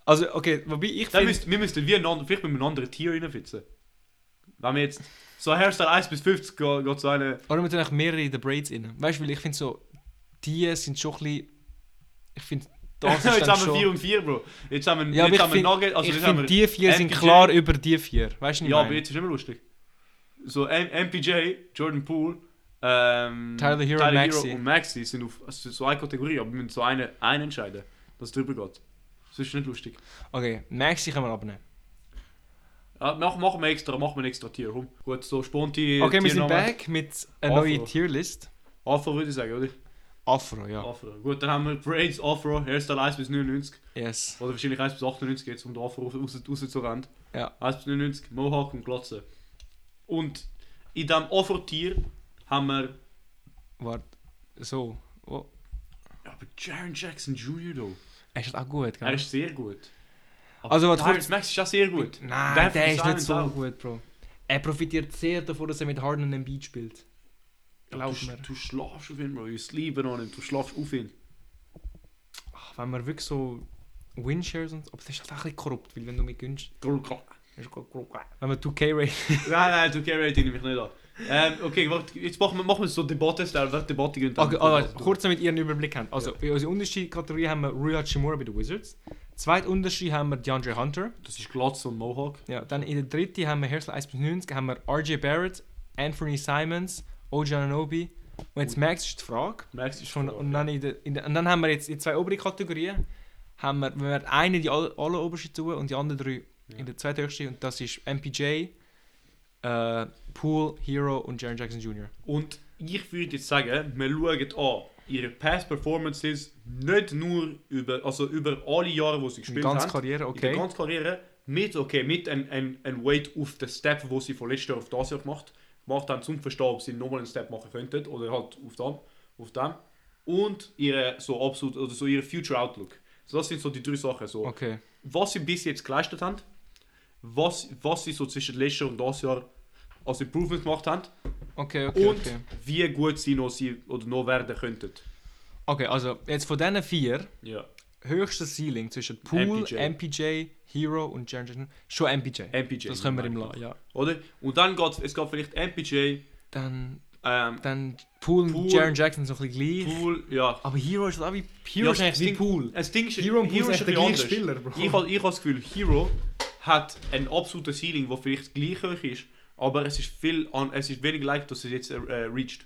Also, okay, wobei ich
Dann
finde.
müsst, wir müssten wie ein ander- vielleicht mit einem anderen Tier reinfitzen. Wenn wir jetzt so Hairstyle 1 bis 50 geht, geht so eine.
Oder wir tun eigentlich mehrere in den Braids rein. Weißt du, weil ich finde so. Die sind schon ein bisschen. Ich finde, das ist
jetzt
dann
haben wir 4
schon.
und 4, Bro. Jetzt haben wir,
Ja, aber
jetzt
ich
haben wir
find-
Nugget, also
ich
jetzt haben
finde,
wir
die vier sind
MPJ.
klar über die vier. Weißt du, nicht?
Ja, aber jetzt ist immer lustig. So, M MPJ, Jordan Poole, ähm,
Tyler Hero und Maxi.
und Maxi sind auf es ist so eine Kategorie, aber wir müssen so einen, einen entscheiden, dass es drüber geht. Das ist nicht lustig.
Okay, Maxi können wir abnehmen.
Ja, mach, machen wir extra, machen wir ein extra Tier. Komm. Gut, so sponti.
Okay, wir sind
Tiernamen.
back mit einer
Afro.
neuen Tierlist.
Afro würde ich sagen, oder?
Afro, ja.
Afro. Gut, dann haben wir Braids, Afro, Hairstyle 1 bis 99.
Yes.
Oder wahrscheinlich 1 bis 98 jetzt, um den Afro raus, raus, raus zu rennen.
Ja.
1 bis 99, Mohawk und Glotze. Und in diesem Afro-Tier haben wir.
Warte, so. Oh.
Ja, aber Jaron Jackson Jr. though.
Er ist auch gut, gell?
Er ist sehr gut. Aber
Also, was
Tyrese Max ist auch sehr gut.
Nein,
Der
der,
von
ist
Silence
nicht so
auch.
gut, Bro. Er profitiert sehr davon, dass er mit Harden und Embiid spielt. Glaub
du,
mir.
du schlafst auf ihn, Bro. Ich liebe noch nicht. Du schlafst auf ihn.
Ach, wenn man wirklich so Winshares und so... Aber das ist halt auch ein bisschen korrupt, weil wenn du mit Günst...
Grrr, grrr.
Wenn man 2K ratet...
nein, nein, du carry dich nämlich nicht an. Ähm, okay, warte, jetzt machen wir, machen wir so Debatte-Style. Wer die Debatte gönnt, dann-
Okay, also, kurz damit ihr einen Überblick habt. Also, in unserer Unterschiedkategorie haben wir Rui Hachimura bei den Wizards. Zweit Unterschied haben wir DeAndre Hunter.
Das ist Glatz und Mohawk.
Ja, dann in der dritten haben wir Herschel 1.90, haben wir RJ Barrett, Anthony Simons, OG Ananobi. Und jetzt Max ist die Frage.
Max ist
Schon,
verloren.
und, dann in der, in der, und dann haben wir jetzt in zwei oberen Kategorien. Haben wir, wenn wir eine die alle, alle oberste tun und die anderen drei in der zweithöchsten. Und das ist MPJ, äh, Poole, Hero und Jaron Jackson Jr.
Und ich würde jetzt sagen, wir schauen an ihre Past Performances nicht nur über, also über alle Jahre, wo sie
Die
gespielt
ganze
haben.
Karriere,
In der
okay.
ganzen Karriere mit, okay, mit ein, ein, ein Weight auf den Step, wo sie von letztes Jahr auf das Jahr gemacht gemacht haben, zum Verstehen, ob sie nochmal einen Step machen könnten oder halt auf dem, auf dem. Und ihre so absolut, oder so ihre Future Outlook. So, das sind so die drei Sachen. So,
Okay.
was sie bis jetzt geleistet haben, was, was sie so zwischen letztes Jahr und das Jahr als Improvement gemacht haben
Okay, okay,
und
okay.
wie gut sie noch, sie, oder noch werden könnten.
Okay, also jetzt von diesen vier,
Ja.
höchstes Ceiling zwischen Poole,
MPJ.
MPJ, Hero und Jaron Jackson. Schon MPJ.
MPJ.
Das können wir im lassen, ja.
Oder? Und dann geht es geht vielleicht MPJ,
Dann,
ähm,
dann Poole,
Poole.
und Jaron Jackson so ein bisschen gleich.
Pool, ja.
Aber Hero ist auch wie, Hero ist
das
eigentlich wie
Ding-
Poole.
Das Ding ist,
Hero und Poole sind
ist
echt
ein
der
bisschen
gleiche Spieler,
anders.
Bro.
Ich habe ich hab das Gefühl, Hero hat ein absolutes Ceiling, das vielleicht gleich hoch ist, aber es ist viel an, es ist wenig leicht, dass es jetzt äh, äh, reached.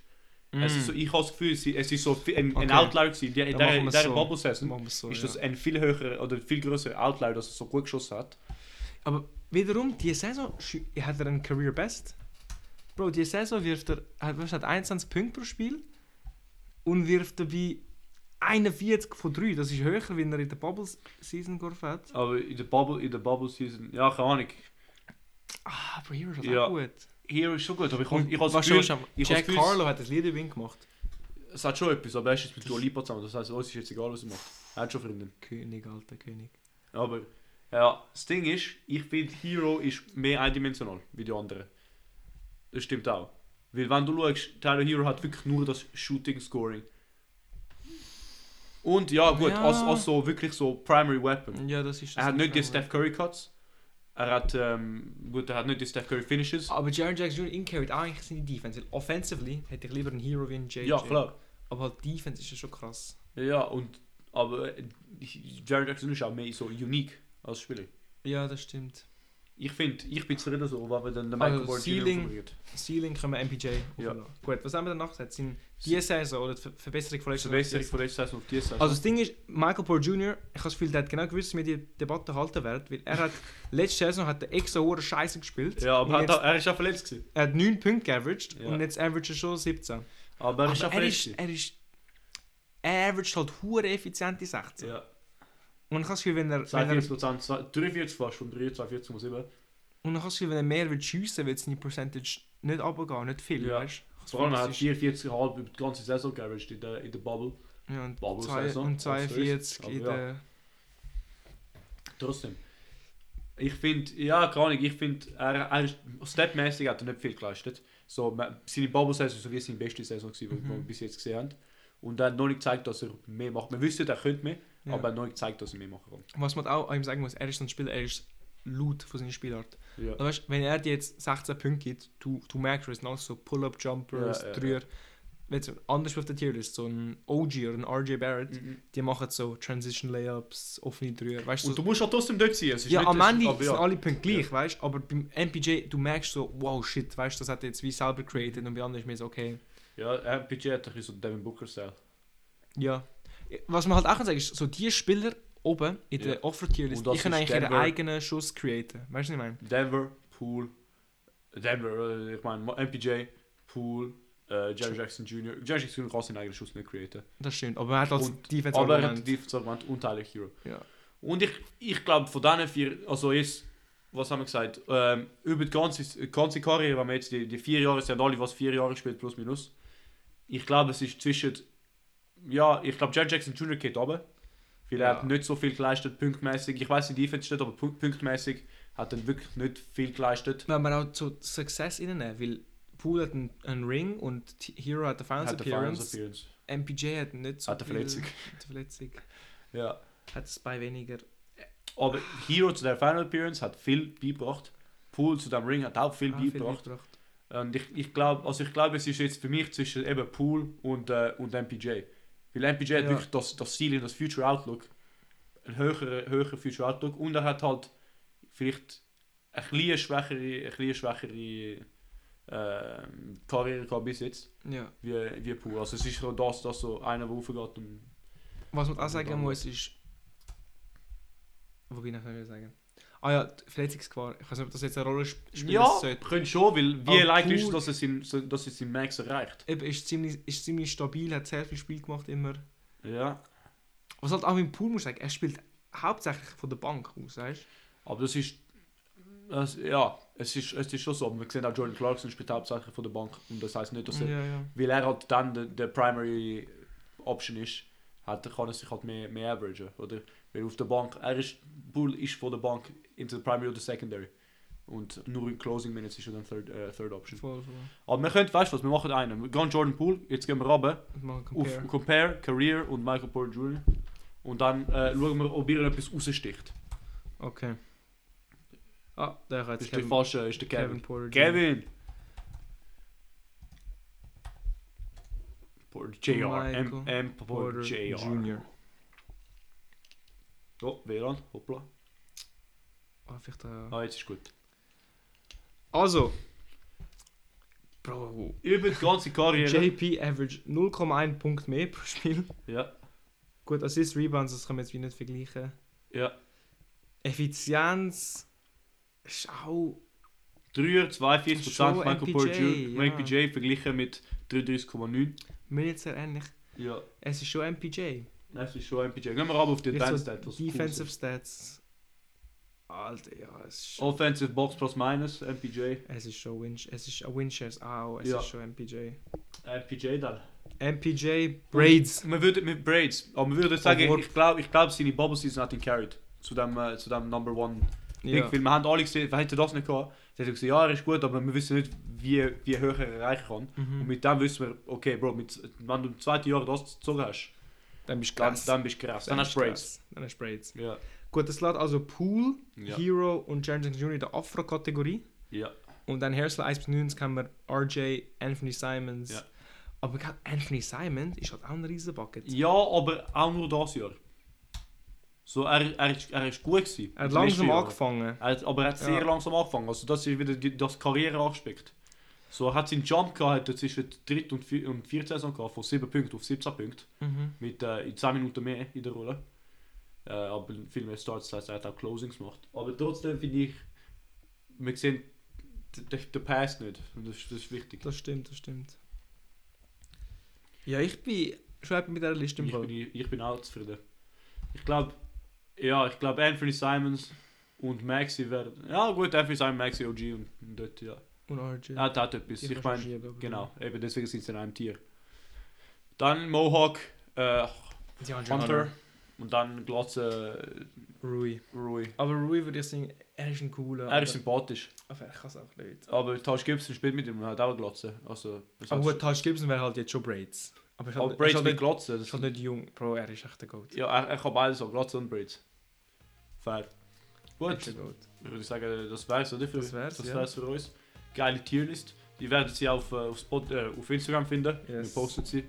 Es ist so, ich habe das Gefühl, sie- es ist so viel- ein, ein
Mm. Okay.
Outlier gewesen. In der, in
Dann
der,
machen
in
wir's
der
so.
Bubble Season
Machen wir es so,
ist
ja.
das ein viel höherer oder viel größerer Outlier, dass es so gut geschossen hat.
Aber wiederum, diese Saison schü- hat er einen Career Best. Bro, diese Saison wirft er hat, was hat 21 Punkte pro Spiel und wirft dabei 41 von 3. Das ist höher, wenn er in der Bubble Season geworfen hat.
Aber in der Bubble, in der Bubble Season, ja, keine Ahnung.
Ah, aber Hero ist halt
Ja.
auch gut.
Hier ist schon gut, aber ich habe ich hab das
Was
Gefühl,
schon- schon-
ich hab
Jack
das Gefühl-
Carlo hat das Lied über ihn gemacht.
es hat schon etwas, aber er ist jetzt mit Dua Lipa zusammen, das heißt, uns ist jetzt egal, was er macht. Er hat schon Freundin.
König, alter König.
Aber, ja, das Ding ist, ich finde, Hero ist mehr eindimensional wie die anderen. Das stimmt auch. Weil wenn du schaust, Tyler Hero hat wirklich nur das Shooting-Scoring. Und ja, gut,
Ja.
als, als so wirklich so Primary Weapon.
Ja, das ist
Er hat nicht die
die
Steph Curry Cuts. Er hat, ähm, gut, er hat nicht die Steph Curry Finishes.
Aber Jaron Jackson Jr. incarried auch Ah, eigentlich seine Defense. Weil offensively hätte ich lieber einen Hero wie einen JJ.
Ja, klar.
Aber halt Defense ist ja schon krass.
Ja, und aber äh, Jared Jackson ist auch mehr so unique als Spieler.
Ja, das stimmt.
Ich finde, ich bin zufrieden so, wenn wir dann den
Also,
Michael Porter Jr.
Ceiling-
formuliert.
Ceiling können wir MPJ
Ja.
auflassen. Gut, was haben wir danach gesagt? Sind die Saison oder die Ver- Verbesserung von
Das
letzter
ist besser
Saison?
von letzter Saison auf diese Saison.
Also das Ding ist, Michael Porter Jr., ich habe das Gefühl, der hat genau gewusst, wie wir die Debatte halten werden, weil er hat letzte Saison hat er extra hohe Scheiße gespielt.
ja, aber
Und
hat
jetzt-
auch, er ist auch verletzt gewesen.
er hat 9 Punkte geaveraged
Ja.
und jetzt averaged er schon 17.
Aber er ist auch
Aber er
verletzt
ist,
gewesen.
er ist, er averaged halt hure effiziente 16.
Ja,
Und ich habe das Gefühl, wenn er, wenn er
42 Prozent, 43 fast von 3, 42,7.
und ich habe das Gefühl, wenn er mehr wird schiessen, wird seine Percentage nicht runtergehen, nicht viel,
Ja.
weißt du?
Vor allem er
Das
hat
ist-
44,5 über die ganze Saison geaveraged in der, in der Bubble.
Ja, und,
Bubble
zwei,
Saison, Also
und
als
42
First,
in
aber
der...
Trotzdem. Ich finde, ja, keine Ahnung, ich finde, er, er ist stepmäßig hat er nicht viel geleistet. So, ma- seine Bubble-Saison war so wie seine beste Saison, gewesen, die wir
Mhm.
bis jetzt gesehen haben. Und er hat noch nicht gezeigt, dass er mehr macht. Wir wissen, er könnte mehr,
Ja.
aber er hat noch nicht gezeigt, dass er mehr machen kann.
Was man auch ihm sagen muss, er ist so ein Spieler, er ist laut von seiner Spielart.
Ja.
Also weißt, wenn er dir jetzt 16 Punkte gibt, du, du merkst es noch, so Pull-Up-Jumpers,
Ja, ja,
Dreier. Wenn es anders auf der Tierlist, so ein OG oder ein RJ Barrett,
Mhm.
die machen so Transition-Layups, offene Dreier, weißt du?
Und
so-
du musst halt trotzdem dort sein. Es ist
Ja,
nicht,
am
es-
Ende
aber
sind
ja.
alle Punkte gleich, weißt du? Aber beim MPJ, du merkst so, wow, shit, weißt du, das hat er jetzt wie selber created und bei anderen ist mir so, okay.
Ja, eh, er hat Budget hat ein bisschen so Devin Booker-Style.
Ja. Was man halt auch kann sagen ist, so die Spieler oben in
Ja.
der Offer-Tier-List,
Und das
die können
ist
eigentlich ihren
Denver.
eigenen Schuss createn. Weißt du, was ich meine?
Denver, Pool, Denver, äh, ich meine, MPJ, Pool, äh, Jerry Jackson Jr. Jerry Jackson Jr. kann seinen eigenen Schuss nicht createn.
Das stimmt. Aber er hat als
Und-
Defense
Aber er hat
Argument.
die Argument und Tyler Hero.
Ja.
Und ich, ich glaube, von diesen vier, also jetzt was haben wir gesagt, ähm, über die ganze, die ganze Karriere, wenn wir jetzt die, die vier Jahre, sie haben alle was vier Jahre gespielt, plus minus. Ich glaube, es ist zwischen, ja, ich glaube, Jan Jackson Jr. geht runter, weil er
Ja.
hat nicht so viel geleistet, punktmäßig. Ich weiß die Defense steht, aber punkt- punktmäßig hat er wirklich nicht viel geleistet.
Wenn wir auch zu Success reinnehmen, weil Poole hat einen, einen Ring und T- Hero hat eine Finals
Hat eine Finals
Appearance.
Appearance.
MPJ hat nicht so
Hat eine
viel-
Verletzung.
Hat eine Verletzung.
Ja.
Hat es bei weniger.
Aber Hero zu der Final Appearance hat viel beigebracht. Pool zu dem Ring hat auch viel
Ah,
beigebracht.
mitgebracht.
Und ich, ich glaube, also ich glaube, es ist jetzt für mich zwischen eben Pool und, äh, und MPJ. Weil MPJ hat
Ja.
wirklich das, das Ziel in das Future Outlook. Ein höherer, höherer Future Outlook. Und er hat halt vielleicht eine kleine schwächere, eine kleine schwächere ähm, Karriere gehabt bis jetzt,
Ja.
wie, wie Pool. Also es ist so das, dass so einer, der raufgeht und
Was man auch
Dann-
sagen muss, ist. Wobei, ich kann ich sagen. Ah ja, die Verletzungsgefahr. Ich weiß nicht, ob das jetzt eine Rolle sp- spielen
Ja,
sollte.
könnte schon, weil wie
Aber
likely ist es,
Poole-
dass es im, so- dass es im Max erreicht?
Eben, ist ziemlich, ist ziemlich stabil, hat sehr viel Spiel gemacht immer.
Ja.
Was halt auch im Pool muss ich sagen, er spielt hauptsächlich von der Bank aus, weißt
Aber das ist. Das, ja, es ist, es ist schon so. Aber wir sehen auch Jordan Clarkson spielt hauptsächlich von der Bank. Und das heißt nicht, dass
du?
er.
Ja, ja.
Weil er halt dann der, der Primary Option ist, hat, kann er sich halt mehr, mehr averagen. Oder? Weil auf der Bank. Er ist. Bull ist von der Bank into the Primary oder Secondary. Und nur in Closing Minutes ist er dann Third, äh, third Option.
Voll, voll.
Aber wir können, weißt du was, wir machen einen. Wir gehen Jordan Poole, jetzt gehen wir runter.
Und machen
auf
Compare.
Compare, Career und Michael Porter Jr. Und dann äh, schauen wir, ob ihr etwas raussticht.
Okay. Ah, der hat
Das
jetzt
ist der
Kevin,
falsche, ist der
Kevin
Kevin.
Porter. Jr.
Kevin! Porter Jr. M,
Michael
M Porter
Porter
Jr.
Jr.
Oh, WLAN, hoppla.
Ah, vielleicht, äh.
Ah, jetzt ist gut.
Also. Bro.
Über die ganze Karriere.
JP average 0,1 Punkt mehr pro Spiel.
ja,
Gut, Assist, Rebounds, das können wir jetzt wie nicht vergleichen.
ja.
Effizienz ist auch
3er, 42
Schon
Michael
MPJ,
Porter Jr.
ja.
MPJ verglichen mit 33,9.
mir nicht sehr ähnlich.
Ja,
Es ist schon MPJ.
das ist schon MPJ. Gehen wir aber auf die
Vielleicht so
Advanced Stat, was cool
Defensive
ist. Oh.
Stats. Alter, ja, es ist,
Offensive Box plus minus, MPJ.
es ist schon Winch, es ist ein Winchers auch, es
Ja.
ist schon MPJ.
MPJ dann.
MPJ Braids.
Man würde mit Braids, aber man würde sagen,
Award.
ich glaube, ich glaub, seine Bubble Season hat ihn carried zu dem, äh, zu dem Number One.
Ja.
Ding, weil wir haben alle gesehen, wir hätten das nicht gehabt. Sie hätten gesagt, ja, er ist gut, aber wir wissen nicht, wie, wie hoch er erreichen kann. Und
Mhm.
mit dem wissen wir, okay, Bro, mit, wenn du im zweiten Jahr das gezogen hast,
Dann bist du
dann,
krass.
dann bist du krass. Dann, hast
bist
du Braids.
krass. Dann hast du Braids.
Ja.
Gut, das lädt also Pool,
Ja.
Hero und Jaron Jackson Jr. in der Afro-Kategorie.
ja.
Und dann Hairstyle 1 bis 9 haben wir RJ, Anthony Simons.
Ja.
Aber gerade Anthony Simons ist halt auch ein riesen Bucket.
Ja, aber auch nur das Jahr. So, er, er, ist, er ist gut gewesen.
Er hat
Die letzten
langsam
Jahre.
angefangen.
Er hat, aber er hat sehr
Ja.
langsam angefangen. Also das ist wieder die, das Karriereaspekt. So er hat seinen Jump gehabt er hat zwischen dritt und, vier, und vier Saison gehabt, von 7 Punkten auf 17 Punkte.
Mhm.
Mit äh, in 10 Minuten mehr in der Rolle. Äh, aber viel mehr Starts, das heißt, er hat auch Closings gemacht. Aber trotzdem finde ich, wir sehen den- den den Pass nicht. Und das, ist- das ist wichtig.
Das stimmt, das stimmt. Ja, ich bin schon happy mit dieser Liste im
ich,
Fall.
bin, ich bin auch zufrieden. Ich glaube, ja, ich glaube Anthony Simons und Maxi werden. Ja gut, Anthony Simons, Maxi, OG und, und dort, ja.
Und RJ.
Er hat auch etwas.
Die
Ich
kannst du
meine,
schieben, aber-
Genau, eben deswegen sind sie in einem Tier. Dann Mohawk, äh,
Die Andre
Hunter
Hunter.
und dann Glotze
Rui.
äh, Rui.
Aber Rui würde ich sagen, er ist ein cooler.
Er ist
aber,
sympathisch,
aber ich kann es auch nicht.
aber Taj Gibson spielt mit ihm und hat auch eine Glotze. Also, das
Aber Ah, gut,
heißt-
Taj Gibson wäre halt jetzt schon Braids. Aber ich
aber Braids mit
nicht,
Glotze.
ist
Das
halt nicht jung. Bro, er ist echt der Goat.
ja, er, er kann beides, auch Glotze und Braids. Fair.
Er ist
Gut,
der Goat.
ich würde sagen, das wär's, oder? Für,
Das wär's,
das
ja.
wär's für uns. Geile Tierlist. Ihr werdet sie auf, äh, auf, Spot, äh, auf Instagram finden.
Yes.
Wir posten sie.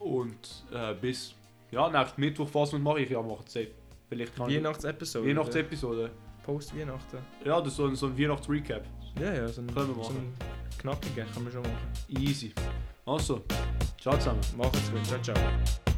Und äh, bis ja, nächsten Mittwoch, falls wir es machen, ich ja machen es safe. Vielleicht kann ich-
Weihnachtsepisode.
Weihnachtsepisode.
Post-Weihnachten.
Ja, das ist so ein, so ein Weihnachts-Recap.
Ja, ja, so ein,
Können wir
so ein knackiger kann man schon machen.
Easy. Also, ciao zusammen.
Macht's gut. Ciao, ciao.